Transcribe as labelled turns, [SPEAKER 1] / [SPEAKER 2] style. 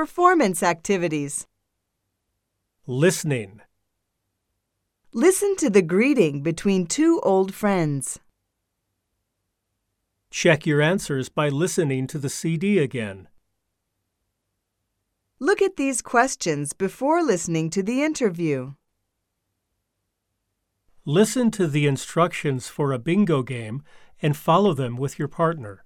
[SPEAKER 1] Performance activities.
[SPEAKER 2] Listening.
[SPEAKER 1] Listen to the greeting between two old friends.
[SPEAKER 2] Check your answers by listening to the CD again.
[SPEAKER 1] Look at these questions before listening to the interview.
[SPEAKER 2] Listen to the instructions for a bingo game and follow them with your partner.